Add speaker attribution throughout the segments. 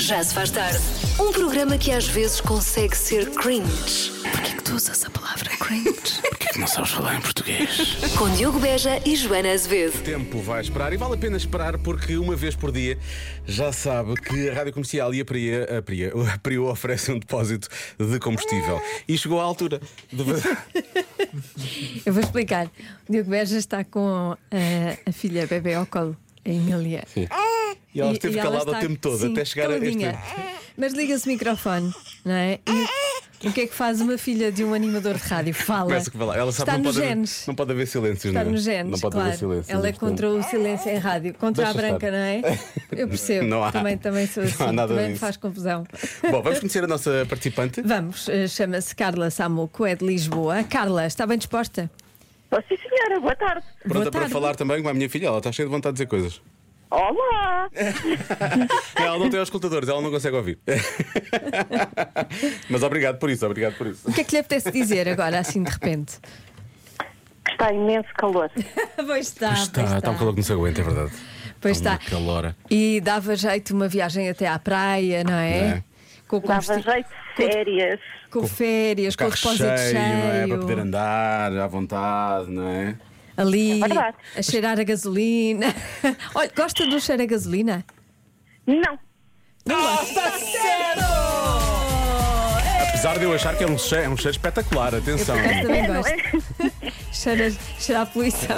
Speaker 1: Já se faz tarde. Um programa que às vezes consegue ser cringe.
Speaker 2: Porquê que tu usas a palavra cringe?
Speaker 3: Porquê que não sabes falar em português?
Speaker 1: Com Diogo Beja e Joana Azevedo.
Speaker 3: Tempo vai esperar e vale a pena esperar porque uma vez por dia já sabe que a Rádio Comercial e a Pria, a Pria, a Pria oferecem um depósito de combustível. E chegou à altura de...
Speaker 2: Eu vou explicar. O Diogo Beja está com eh, a filha bebê ao colo, em Emília. Ah,
Speaker 3: E ela esteve calada o tempo todo
Speaker 2: sim,
Speaker 3: até chegar a
Speaker 2: caladinha.
Speaker 3: este.
Speaker 2: Mas liga-se o microfone, não é? E o que é que faz uma filha de um animador de rádio? Fala.
Speaker 3: Começa que vai lá. Ela sabe
Speaker 2: está
Speaker 3: que não
Speaker 2: nos
Speaker 3: pode, haver,
Speaker 2: genes.
Speaker 3: não pode haver silêncios,
Speaker 2: Está
Speaker 3: não é?
Speaker 2: nos genes,
Speaker 3: Não pode
Speaker 2: claro.
Speaker 3: haver silêncios.
Speaker 2: Ela é
Speaker 3: portanto,
Speaker 2: contra o silêncio em rádio, contra
Speaker 3: Deixa
Speaker 2: a branca,
Speaker 3: estar.
Speaker 2: não é? Eu percebo.
Speaker 3: Não há-
Speaker 2: Também, também sou
Speaker 3: não
Speaker 2: assim.
Speaker 3: há nada
Speaker 2: também me
Speaker 3: disso.
Speaker 2: faz confusão.
Speaker 3: Bom, vamos conhecer a nossa participante.
Speaker 2: Vamos, eh, chama-se Carla Samuco, é de Lisboa. Carla, está bem disposta?
Speaker 4: Oh, sim, senhora, boa tarde.
Speaker 3: Pronta para
Speaker 2: tarde.
Speaker 3: falar também com a minha filha. Ela está cheia de vontade de dizer coisas.
Speaker 4: Olá!
Speaker 3: Ela não tem os escutadores, ela não consegue ouvir. Mas obrigado por isso, obrigado por isso.
Speaker 2: O que é que lhe apetece dizer agora, assim de repente?
Speaker 4: Está imenso calor.
Speaker 2: Pois está, Ah, pois
Speaker 3: Está, está um calor que não se aguenta, é verdade.
Speaker 2: Pois
Speaker 3: Está um
Speaker 2: está.
Speaker 3: uma calora.
Speaker 2: E dava jeito uma viagem até à praia, não é?
Speaker 3: Não é?
Speaker 2: Com,
Speaker 4: Dava
Speaker 2: combusti-
Speaker 4: jeito de férias.
Speaker 2: com férias, com,
Speaker 3: Carro
Speaker 2: depósito
Speaker 3: cheio,
Speaker 2: cheio,
Speaker 3: não é? Para poder andar à vontade, não é?
Speaker 2: ali
Speaker 4: É verdade.
Speaker 2: a cheirar a gasolina. Olha, gosta do cheiro a gasolina?
Speaker 4: Não.
Speaker 3: Ah, tá Apesar de eu achar que é um cheiro, é um cheiro espetacular, atenção.
Speaker 2: Gosto, também
Speaker 4: É, não
Speaker 2: gosto.
Speaker 4: é?
Speaker 2: Cheira, cheira a poluição.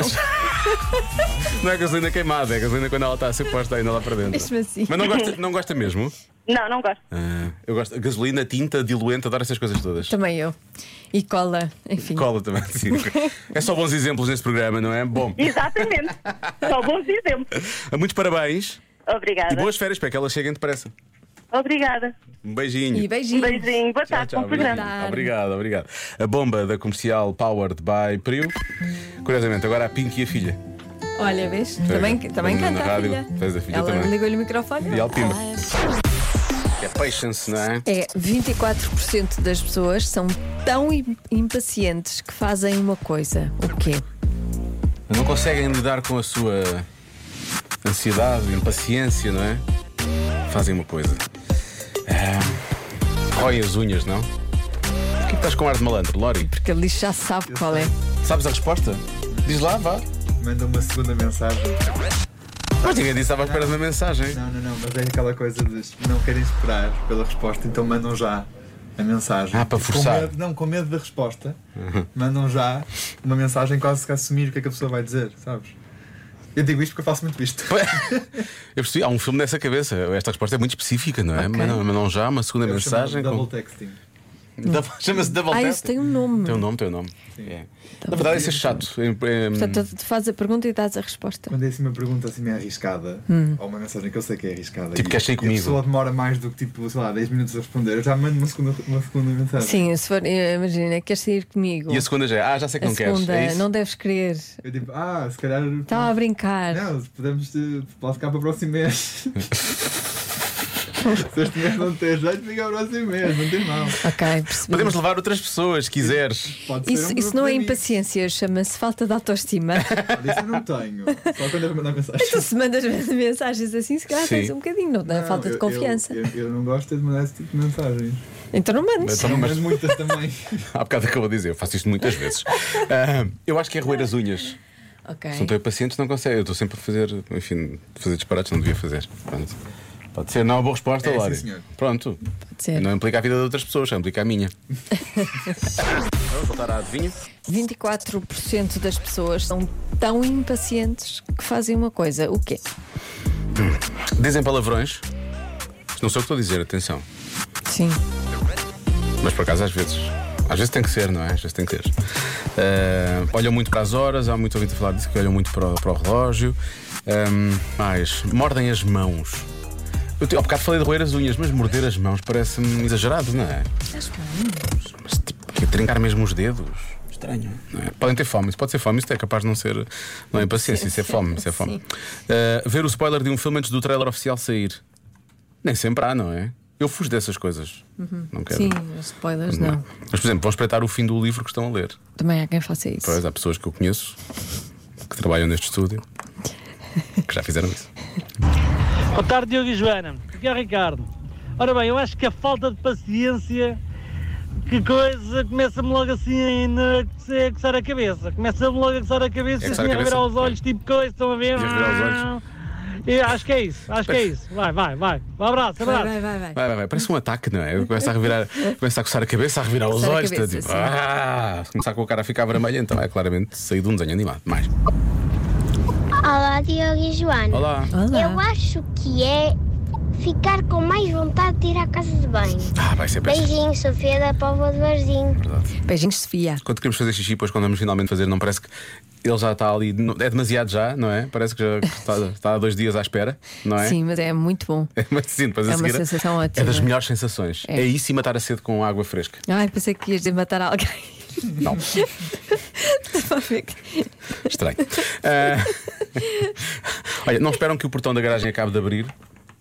Speaker 3: Não é gasolina queimada, é gasolina quando ela está a ser posta ainda lá para dentro.
Speaker 2: Mesmo assim.
Speaker 3: Mas não gosta, não gosta mesmo?
Speaker 4: Não, não gosto.
Speaker 3: Ah, eu gosto. Gasolina, tinta, diluente, adoro essas coisas todas.
Speaker 2: Também eu. E cola, enfim.
Speaker 3: Cola também, sim. É só bons exemplos neste programa, não é? Bom,
Speaker 4: Exatamente. Só bons exemplos.
Speaker 3: muitos parabéns
Speaker 4: Obrigada.
Speaker 3: e boas férias para que elas cheguem depressa.
Speaker 4: Obrigada.
Speaker 3: Um beijinho.
Speaker 2: E
Speaker 4: Um
Speaker 2: beijinhos.
Speaker 4: beijinho. Boa tarde.
Speaker 3: Tchau, tchau,
Speaker 4: Bom programa.
Speaker 3: obrigado. obrigado, obrigado. A bomba da comercial Powered by Priu. Curiosamente, agora a Pink e a filha.
Speaker 2: Olha, vês? Também, também
Speaker 3: Na
Speaker 2: canta a
Speaker 3: rádio,
Speaker 2: filha.
Speaker 3: fez a filha
Speaker 2: Ela
Speaker 3: também.
Speaker 2: ligou-lhe o microfone.
Speaker 3: E ao timbre. É patience, não é?
Speaker 2: É, 24% das pessoas são tão im- impacientes que fazem uma coisa. O quê?
Speaker 3: Não conseguem lidar com a sua ansiedade, impaciência, não é? Fazem uma coisa. É... Roem as unhas, não? Por que estás com ar de malandro, Lori?
Speaker 2: Porque ele já sabe qual é.
Speaker 3: Sabes a resposta? Diz lá, vá.
Speaker 5: Manda uma segunda mensagem.
Speaker 3: Mas ninguém disse estava à espera de uma mensagem.
Speaker 5: Não, não, não, mas é aquela coisa de não querem esperar pela resposta, então mandam já a mensagem.
Speaker 3: Ah, para
Speaker 5: Com
Speaker 3: forçar.
Speaker 5: medo- não, com medo da resposta, mandam já uma mensagem quase que a assumir o que é que a pessoa vai dizer, sabes? Eu digo isto porque eu faço muito isto.
Speaker 3: Eu percebi, há um filme nessa cabeça. Esta resposta é muito específica, não é? Mas, não, mas não já, uma segunda
Speaker 5: Eu chamo
Speaker 3: mensagem.
Speaker 5: Double
Speaker 3: com-
Speaker 5: texting.
Speaker 3: Double- Chama-se Double
Speaker 2: Ah,
Speaker 3: Tap.
Speaker 2: isso tem um nome.
Speaker 3: Tem um nome, tem um nome. É. Na verdade, isso é chato. É, é,
Speaker 2: Portanto, tu fazes a pergunta e dás a resposta.
Speaker 5: Quando é assim uma pergunta assim meio arriscada,
Speaker 2: Hum.
Speaker 5: ou uma mensagem que eu sei que é arriscada,
Speaker 3: Tipo,
Speaker 5: e-
Speaker 3: queres sair
Speaker 5: e
Speaker 3: comigo?
Speaker 5: a pessoa demora mais do que tipo, sei lá, 10 minutos a responder, eu já mando uma segunda, uma segunda mensagem.
Speaker 2: Sim, se for, eh, imagina, queres sair comigo?
Speaker 3: E a segunda já é, ah, já sei que
Speaker 2: A
Speaker 3: não
Speaker 2: segunda,
Speaker 3: queres. É isso?
Speaker 2: não deves querer.
Speaker 5: Eu digo, ah, se calhar.
Speaker 2: Estava a brincar.
Speaker 5: Não, se podemos eh, platicar para o próximo mês. se este mês não tem jeito, fica para o próximo mês, não tem mal.
Speaker 2: Ok, percebi.
Speaker 3: Podemos levar outras pessoas, se quiseres.
Speaker 5: Pode ser
Speaker 2: Isso,
Speaker 5: um
Speaker 2: isso
Speaker 5: grupo
Speaker 2: não é
Speaker 5: de amigos.
Speaker 2: impaciência, chama-se falta de autoestima.
Speaker 5: Olha, Isso eu não tenho. Só quando eu mandar mensagem.
Speaker 2: tu se mandas mensagens assim, se calhar
Speaker 3: Sim.
Speaker 2: tens um bocadinho, não, dá
Speaker 5: Não,
Speaker 2: falta de
Speaker 5: eu-
Speaker 2: confiança.
Speaker 5: Eu, eu, eu não gosto de mandar esse tipo de mensagens.
Speaker 2: Então não mandes.
Speaker 3: Então, mas
Speaker 5: Mas muitas também.
Speaker 3: há bocado acabou de dizer, eu faço isto muitas vezes. Ah, eu acho que é roer as unhas.
Speaker 2: Ok.
Speaker 3: Se não tenho pacientes, não consegue. Eu estou sempre a fazer, enfim, a fazer disparates, não devia fazer. Pronto. Pode ser, não é uma boa resposta,
Speaker 5: É, sim,
Speaker 3: Lori.
Speaker 5: senhor.
Speaker 3: Pronto.
Speaker 2: Pode ser.
Speaker 3: Não implica a vida de outras pessoas, só implica a minha. Vamos voltar à adivinha.
Speaker 2: 24% das pessoas são tão impacientes que fazem uma coisa. O quê?
Speaker 3: Dizem palavrões. Isto não sou eu que estou a dizer, atenção.
Speaker 2: Sim.
Speaker 3: Mas por acaso às vezes. Às vezes tem que ser, não é? Às vezes tem que ser. Ah, olham muito para as horas, há muito ouvido falar disso que olham muito para o, para o relógio. mas mordem as mãos. Eu te- ao bocado falei de roer as unhas, mas morder as mãos parece-me exagerado, não é?
Speaker 2: Acho que não.
Speaker 3: Mas tipo, que trincar mesmo os dedos. Estranho. Não é? Podem ter fome, isso pode ser fome, isso é capaz de não ser. Não é paciência, isso é fome, isso é fome. Ah, ver o spoiler de um filme antes do trailer oficial sair. Nem sempre há, não é? Eu fujo dessas coisas.
Speaker 2: Uhum.
Speaker 3: Não quero.
Speaker 2: Sim, os spoilers não.
Speaker 3: Mas, por exemplo, vão espreitar o fim do livro que estão a ler.
Speaker 2: Também há quem faça isso.
Speaker 3: Pois, há pessoas que eu conheço que trabalham neste estúdio que já fizeram isso.
Speaker 6: Boa tarde, Diogo e Joana. Aqui é o Ricardo. Ora bem, eu acho que a falta de paciência, que coisa, começa-me logo assim a coçar- a coçar a cabeça. Começa-me logo a coçar a cabeça
Speaker 3: É
Speaker 6: e
Speaker 3: coçar a
Speaker 6: assim a
Speaker 3: cabeça?
Speaker 6: virar os olhos, tipo coisa, estão a ver?
Speaker 3: Devias virar os olhos.
Speaker 6: Eu acho que é isso, acho que é isso. Vai, vai, vai. Um abraço,
Speaker 2: Vai,
Speaker 6: abraço.
Speaker 2: vai, vai, vai.
Speaker 3: Vai, vai, vai. Parece um ataque, não é? Começa a revirar, começa a coçar a cabeça, a revirar os
Speaker 2: Coçar a
Speaker 3: olhos.
Speaker 2: cabeça,
Speaker 3: tá, tipo,
Speaker 2: sim.
Speaker 3: ah! Se começar com o cara a ficar vermelho, então é claramente sair de um desenho animado. Mais.
Speaker 7: Olá, Diogo e Joana.
Speaker 3: Olá.
Speaker 7: Eu
Speaker 2: Olá.
Speaker 7: acho que é ficar com mais vontade de ir à casa de banho.
Speaker 3: Ah, vai ser péssimo.
Speaker 7: Beijinho, Sofia da Póvoa de Varzim.
Speaker 3: Verdade.
Speaker 2: Beijinhos, Sofia.
Speaker 3: Quando queremos fazer xixi, depois quando vamos finalmente fazer, não parece que ele já está ali. não- É demasiado já, não é? Parece que já está, está há dois dias à espera, não é?
Speaker 2: Sim, mas é muito bom.
Speaker 3: É, mas sim, depois a
Speaker 2: É uma
Speaker 3: seguir
Speaker 2: sensação
Speaker 3: É
Speaker 2: ótima.
Speaker 3: das melhores sensações. É, isso e matar a sede com água fresca.
Speaker 2: Ai, pensei que ias dizer matar alguém.
Speaker 3: Não,
Speaker 2: Estava a ver que-
Speaker 3: estranho. Ah, Olha, não esperam que o portão da garagem acabe de abrir.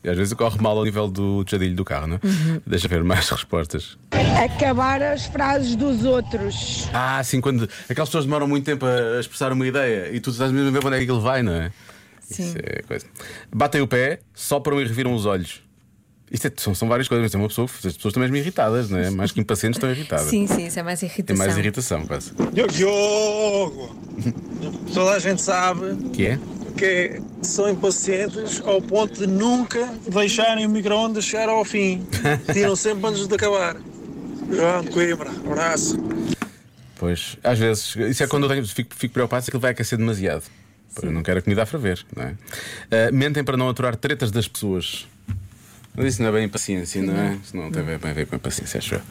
Speaker 3: E Às vezes corre mal ao nível do tejadilho do carro, não é? Deixa ver mais respostas.
Speaker 8: Acabar É as frases dos outros.
Speaker 3: Ah, sim, quando aquelas pessoas demoram muito tempo a a expressar uma ideia e tu estás mesmo a ver para onde é que ele vai, não é?
Speaker 2: Sim.
Speaker 3: Isso é coisa. Batem o pé, sopram e reviram os olhos. Isto é- são, são várias coisas, mas é uma pessoa, as pessoas estão mesmo irritadas, não é? Mais que impacientes estão irritadas.
Speaker 2: Sim, sim, isso é mais
Speaker 3: Tem
Speaker 2: irritação.
Speaker 3: mais irritação, quase.
Speaker 9: Diogo, Diogo! Toda a gente sabe
Speaker 3: Que é?
Speaker 9: que são impacientes ao ponto de nunca deixarem o micro-ondas chegar ao fim. Tiram sempre antes de acabar. João de Coimbra, abraço.
Speaker 3: Pois, às vezes, isso é quando eu tenho- fico, fico preocupado se aquilo vai aquecer demasiado. Pois, eu não quero a comida a ferver, não é? Ah, mentem para não aturar tretas das pessoas. Mas isso não é bem impaciência, não é? Isso não tem bem bem a ver com impaciência, acho eu.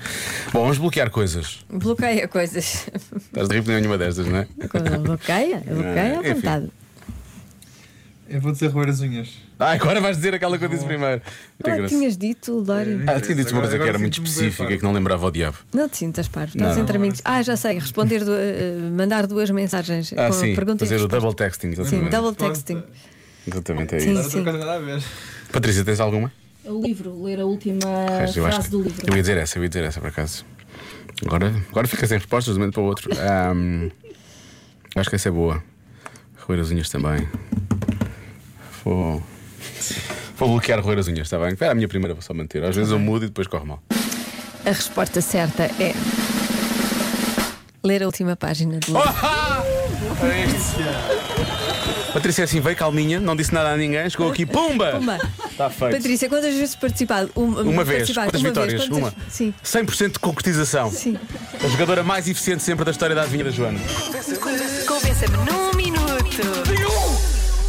Speaker 3: Bom, vamos bloquear coisas.
Speaker 2: Bloqueia coisas.
Speaker 3: Estás de rir por nenhuma destas, não é?
Speaker 2: bloqueia, bloqueia à
Speaker 3: Enfim. é
Speaker 2: vontade.
Speaker 5: Eu vou dizer roer as unhas.
Speaker 3: Ah, agora vais dizer aquela que eu disse primeiro. Muito
Speaker 2: Ah,
Speaker 3: engraçado.
Speaker 2: tinhas dito, Lório.
Speaker 3: Ah, tinha dito uma coisa que
Speaker 5: Agora
Speaker 3: era muito
Speaker 5: sinto-me bem,
Speaker 3: específica,
Speaker 5: pá.
Speaker 3: que não lembrava o diabo.
Speaker 2: Não te sintas parvo,
Speaker 3: Não,
Speaker 2: nós
Speaker 3: não.
Speaker 2: entre amigos. Ah, já sei, responder, du- eh, mandar duas mensagens
Speaker 3: Ah,
Speaker 2: com
Speaker 3: sim,
Speaker 2: pergunta e
Speaker 3: fazer o
Speaker 2: resposta.
Speaker 3: double texting. é? Exatamente,
Speaker 2: Sim, double texting.
Speaker 3: Exatamente é
Speaker 2: Sim.
Speaker 3: isso.
Speaker 5: Agora estou com nada a ver.
Speaker 3: Patrícia, tens alguma?
Speaker 10: O livro, ler a última
Speaker 3: Pois, eu, acho
Speaker 10: frase
Speaker 3: que-
Speaker 10: do livro.
Speaker 3: eu ia dizer essa, eu ia dizer essa por acaso. Agora, agora fica sem respostas de um momento para o outro. Ahm, acho que essa é boa. Roer as unhas também. Vou. Vou bloquear roer as unhas, está bem? Era a minha primeira, vou só manter. Às vezes eu mudo e depois corre mal.
Speaker 2: A resposta certa é. Ler a última página do
Speaker 3: Ah,
Speaker 2: livro.
Speaker 3: Patrícia assim veio calminha, não disse nada a ninguém, chegou aqui, pumba!
Speaker 2: Pumba.
Speaker 3: Está feito.
Speaker 2: Patrícia, quantas vezes participaste? Um-
Speaker 3: Uma vez,
Speaker 2: participaste?
Speaker 3: quantas
Speaker 2: Uma
Speaker 3: vitórias?
Speaker 2: vez, quantas-
Speaker 3: Uma.
Speaker 2: Sim,
Speaker 3: 100% de concretização.
Speaker 2: sim.
Speaker 3: A jogadora mais eficiente sempre da história da Adivinha da Joana.
Speaker 1: Convença-me num minuto.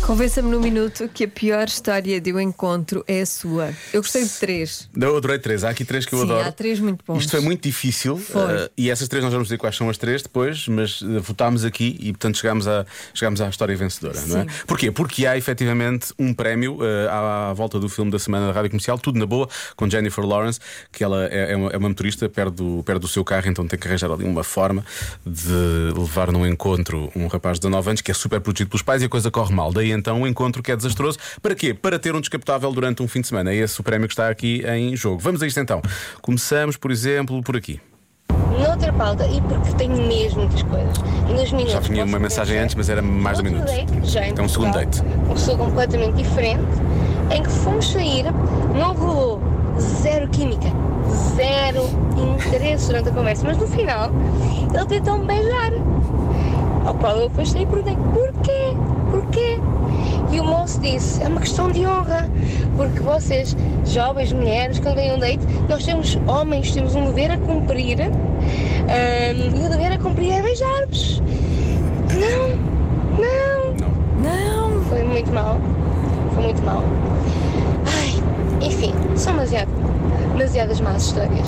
Speaker 2: Convença-me num minuto que a pior história de um encontro é a sua. Eu gostei de três.
Speaker 3: Eu adorei três, há aqui três que eu
Speaker 2: Sim,
Speaker 3: adoro.
Speaker 2: há três muito bons.
Speaker 3: Isto é foi muito difícil
Speaker 2: Foi.
Speaker 3: eh, e essas três nós vamos dizer quais são as três depois, mas eh, votámos aqui e portanto chegámos à, chegámos à história vencedora, não é?
Speaker 2: Sim.
Speaker 3: Porquê? Porque há efetivamente um prémio eh, à, à volta do filme da semana da Rádio Comercial, Tudo na Boa, com Jennifer Lawrence, que ela é, é uma, é uma motorista, perde do, perde do seu carro, então tem que arranjar ali uma forma de levar num encontro um rapaz de 19 anos que é super protegido pelos pais e a coisa corre mal. Daí então o encontro que é desastroso. Para quê? Para ter um descapotável durante um fim de semana. É esse o prémio que está aqui em jogo. Vamos a isto então. Começamos, por exemplo, por aqui.
Speaker 7: Noutra pauta, e porque tenho mesmo muitas coisas. Nos minutos.
Speaker 3: Já vinha uma mensagem antes, mas era mais de um
Speaker 7: Outro
Speaker 3: minuto.
Speaker 7: date, já em
Speaker 3: É um segundo
Speaker 7: Portugal,
Speaker 3: date.
Speaker 7: Uma pessoa completamente diferente, em que fomos sair, não rolou zero química, zero interesse durante a conversa, mas no final ele tentou-me beijar. Ao qual eu depois saí e perguntei: porquê? Porquê? E o moço disse: é uma questão de honra, porque vocês, jovens mulheres, quando têm um date, nós temos homens, temos um dever a cumprir, ahm, e o dever a cumprir é beijar-vos. Não, não,
Speaker 2: Não!
Speaker 7: foi muito mal. Foi muito mal. Ai, enfim, são demasiado, demasiadas más histórias.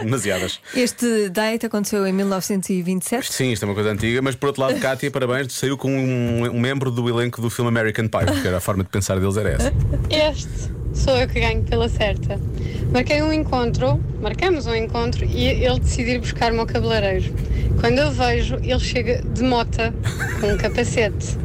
Speaker 3: Demasiadas.
Speaker 2: Este date aconteceu em 1927.
Speaker 3: Sim, isto é uma coisa antiga, mas por outro lado, Kátia, parabéns, saiu com um, um membro do elenco do filme American Pie, porque era a forma de pensar deles era essa.
Speaker 11: Este sou eu que ganho pela certa. Marquei um encontro, marcamos um encontro e ele decidiu ir buscar-me ao cabeleireiro. Quando eu vejo, ele chega de mota com um capacete.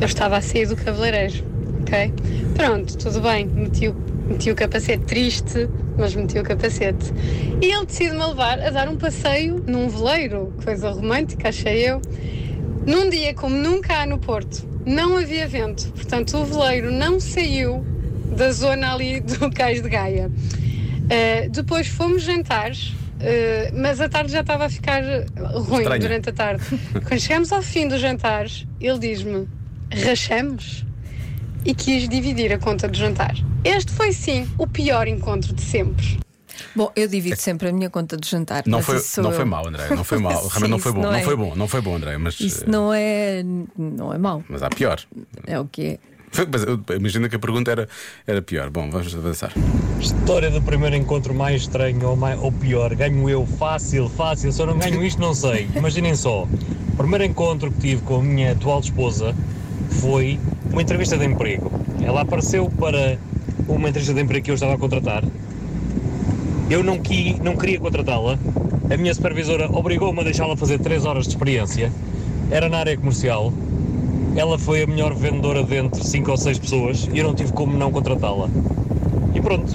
Speaker 11: Eu estava a sair do cabeleireiro, ok? Pronto, tudo bem, meti o, meti o capacete triste, mas meti o capacete. E ele decide-me levar a dar um passeio num veleiro, coisa romântica, achei eu. Num dia como nunca há no Porto, não havia vento, portanto o veleiro não saiu da zona ali do Cais de Gaia. Eh, depois fomos jantar, eh, mas a tarde já estava a ficar ruim
Speaker 12: Estranha.
Speaker 11: durante a tarde. Quando chegámos ao fim do jantar, ele diz-me: rachamos? E quis dividir a conta do jantar. Este foi sim o pior encontro de sempre.
Speaker 2: Bom, eu divido sempre a minha conta de jantar.
Speaker 3: Não
Speaker 2: mas
Speaker 3: foi,
Speaker 2: isso sou
Speaker 3: não
Speaker 2: eu.
Speaker 3: foi mal, André. Não foi mal.
Speaker 2: Sim,
Speaker 3: Realmente não foi
Speaker 2: isso
Speaker 3: bom. Não,
Speaker 2: é-
Speaker 3: foi bom, não foi bom, André. Mas, eh,
Speaker 2: Isso não é, não é mau.
Speaker 3: mas há pior.
Speaker 2: É o que é.
Speaker 3: Foi- mas eu imagino que a pergunta era, era pior. Bom, vamos avançar.
Speaker 13: História do primeiro encontro mais estranho ou, mai- ou pior. Ganho eu fácil, fácil. Se eu não ganho isto, não sei. Imaginem só. O primeiro encontro que tive com a minha atual esposa foi uma entrevista de emprego. Ela apareceu para uma entrevista de emprego que eu estava a contratar. Eu não, qui, não queria contratá-la. A minha supervisora obrigou-me a deixá-la fazer 3 horas de experiência. Era na área comercial. Ela foi a melhor vendedora dentre 5 ou 6 pessoas e eu não tive como não contratá-la. E pronto,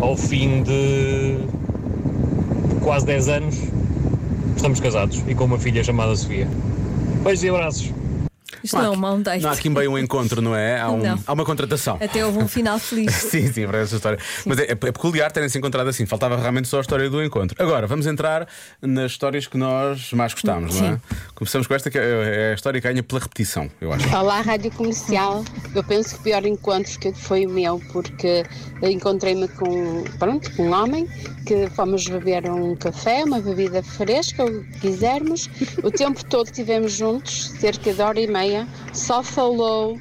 Speaker 13: ao fim de quase 10 anos, estamos casados e com uma filha chamada Sofia. Beijos e abraços.
Speaker 2: Isto não, é um mau date.
Speaker 3: Não há aqui bem um encontro, não é? Há, um-
Speaker 2: Não.
Speaker 3: há uma contratação.
Speaker 2: Até houve um final feliz.
Speaker 3: Sim, sim, para essa história. Mas é, é peculiar terem-se encontrado assim. Faltava realmente só a história do encontro. Agora, vamos entrar nas histórias que nós mais gostámos, não é? Começamos com esta que é é a história que ganha pela repetição, eu acho.
Speaker 14: Olá, Rádio Comercial. Eu penso que o pior encontro que foi o meu, porque encontrei-me com, pronto, com um homem que fomos beber um café, uma bebida fresca, o que quisermos. O tempo todo estivemos juntos, cerca de hora e meia, só falou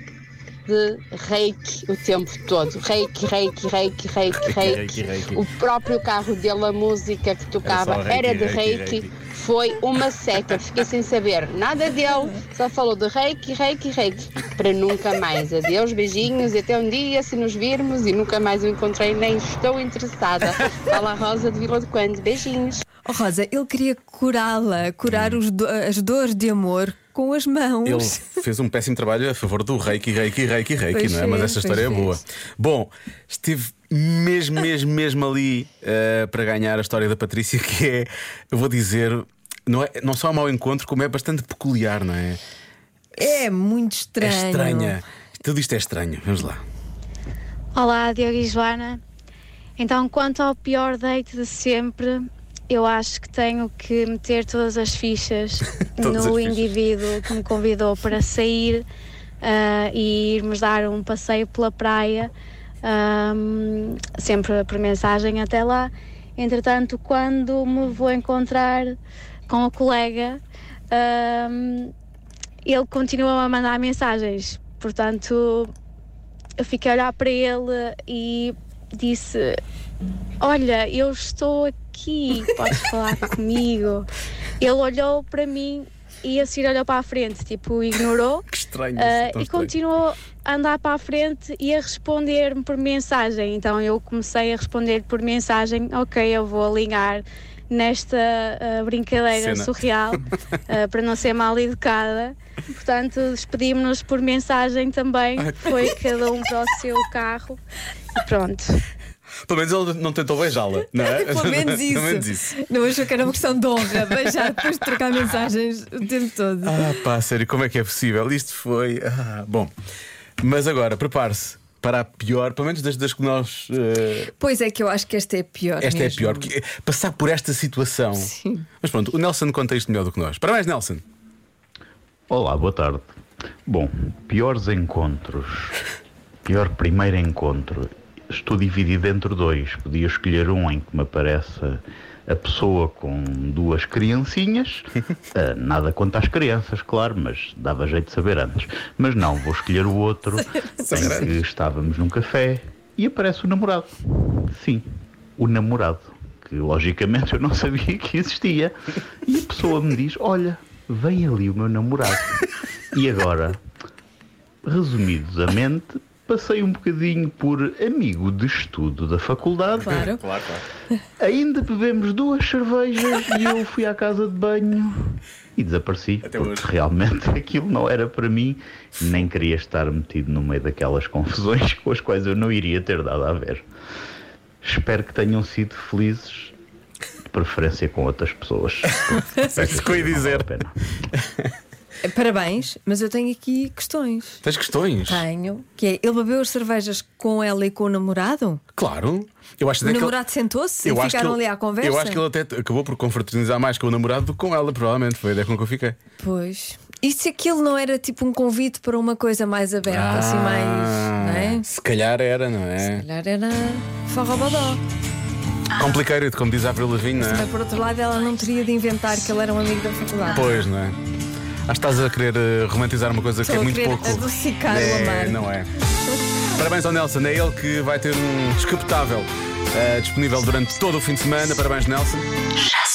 Speaker 14: de reiki o tempo todo. Reiki, reiki, reiki, reiki,
Speaker 15: Reiki,
Speaker 14: reiki.
Speaker 15: reiki.
Speaker 14: O próprio carro dele, a música que tocava
Speaker 15: Era só reiki,
Speaker 14: era de
Speaker 15: reiki,
Speaker 14: reiki.
Speaker 15: reiki.
Speaker 14: Foi uma seca, fiquei sem saber nada dele, só falou de reiki, reiki, reiki, para nunca mais. Adeus, beijinhos e até um dia se nos virmos e nunca mais o encontrei, nem estou interessada. Fala Rosa de Vila do Conde, beijinhos.
Speaker 2: Oh, Rosa, ele queria curá-la, curar os do- as dores de amor com as mãos.
Speaker 3: Hum. Ele fez um péssimo trabalho a favor do reiki, reiki, reiki, reiki,
Speaker 2: Pois
Speaker 3: não é? Mas
Speaker 2: fez,
Speaker 3: essa história é
Speaker 2: pois
Speaker 3: boa. Bom, estive mesmo, mesmo, mesmo ali eh, para ganhar a história da Patrícia, que é, eu vou dizer, não, é, não só é mau encontro, como é bastante peculiar, não é?
Speaker 2: É muito estranho.
Speaker 3: É estranha. Tudo isto é estranho. Vamos lá.
Speaker 16: Olá, Diogo e Joana. Então, quanto ao pior date de sempre, eu acho que tenho que meter todas as fichas
Speaker 17: Todas as
Speaker 16: no
Speaker 17: fichas.
Speaker 16: indivíduo que me convidou para sair ah, e irmos dar um passeio pela praia, ahm, sempre por mensagem até lá. Entretanto, quando me vou encontrar com o colega, ahm, ele continua a mandar mensagens. Portanto, eu fiquei a olhar para ele e disse: Olha, eu estou aqui, podes falar comigo. Ele olhou para mim e a seguir olhou para a frente, tipo, ignorou.
Speaker 3: Que estranho.
Speaker 16: ah,
Speaker 3: isso, tão
Speaker 16: e
Speaker 3: estranho.
Speaker 16: continuou a andar para a frente e a responder-me por mensagem. Então eu comecei a responder por mensagem: Ok, eu vou alinhar nesta ah, brincadeira
Speaker 18: Cena.
Speaker 16: surreal ah, para não ser mal educada. Portanto, despedimos-nos por mensagem também. Foi cada um para o seu carro. E pronto.
Speaker 3: Pelo menos ele não tentou beijá-la, não é?
Speaker 2: Pelo menos isso.
Speaker 3: Pelo menos isso.
Speaker 2: Não achou que era uma questão de honra, beijar depois de trocar mensagens o tempo todo.
Speaker 3: Ah, pá, sério, como é que é possível? Isto foi. ah, bom, mas agora, prepare-se para a pior, pelo menos das, das que nós. eh,
Speaker 2: Pois é que eu acho que esta é pior.
Speaker 3: esta é a
Speaker 2: mesmo.
Speaker 3: pior, porque eh, passar por esta situação. Sim. Mas pronto, o Nelson conta isto melhor do que nós. Parabéns, Nelson.
Speaker 19: Olá, boa tarde. Bom, piores encontros. Pior primeiro encontro. Estou dividido entre dois. Podia escolher um em que me apareça a pessoa com duas criancinhas. Ah, nada contra as crianças, claro, mas dava jeito de saber antes. Mas não, vou escolher o outro em que estávamos num café e aparece o namorado. Sim, o namorado, que logicamente eu não sabia que existia. E a pessoa me diz: Olha, vem ali o meu namorado. E agora, resumidamente, passei um bocadinho por amigo de estudo da faculdade.
Speaker 15: Claro.
Speaker 19: claro, claro. Ainda bebemos duas cervejas e eu fui à casa de banho e desapareci porque realmente aquilo não era para mim, nem queria estar metido no meio daquelas confusões com as quais eu não iria ter dado a ver. Espero que tenham sido felizes, de preferência com outras pessoas.
Speaker 3: Isso que eu ia dizer.
Speaker 2: Parabéns, mas eu tenho aqui questões.
Speaker 3: Tens questões?
Speaker 2: Tenho. Que é, ele bebeu as cervejas com ela e com o namorado?
Speaker 3: Claro. Eu acho
Speaker 2: O
Speaker 3: até que ele-
Speaker 2: namorado sentou-se e
Speaker 3: Eu acho
Speaker 2: ficaram
Speaker 3: que ele-
Speaker 2: ali à conversa?
Speaker 3: Eu acho que ele até acabou por confraternizar mais com o namorado do que com ela, provavelmente. Foi a ideia com que eu fiquei.
Speaker 2: Pois. E se aquilo não era tipo um convite para uma coisa mais aberta, assim mais. Não é?
Speaker 3: Ah, Se calhar era, não é?
Speaker 2: Se calhar era farrobodó.
Speaker 3: Complicated, como diz a Avril Lavigne, não é?
Speaker 2: Mas por outro lado, ela não teria de inventar que ele era um amigo da faculdade.
Speaker 3: Pois, não é? Acho que estás a querer eh, romantizar uma coisa que
Speaker 2: Estou
Speaker 3: é
Speaker 2: a
Speaker 3: muito
Speaker 2: querer
Speaker 3: pouco.
Speaker 2: adocicar o
Speaker 3: é,
Speaker 2: amar.
Speaker 3: não é? Parabéns ao Nelson, é ele que vai ter um descapotável eh, disponível durante todo o fim de semana. Parabéns, Nelson.
Speaker 1: Já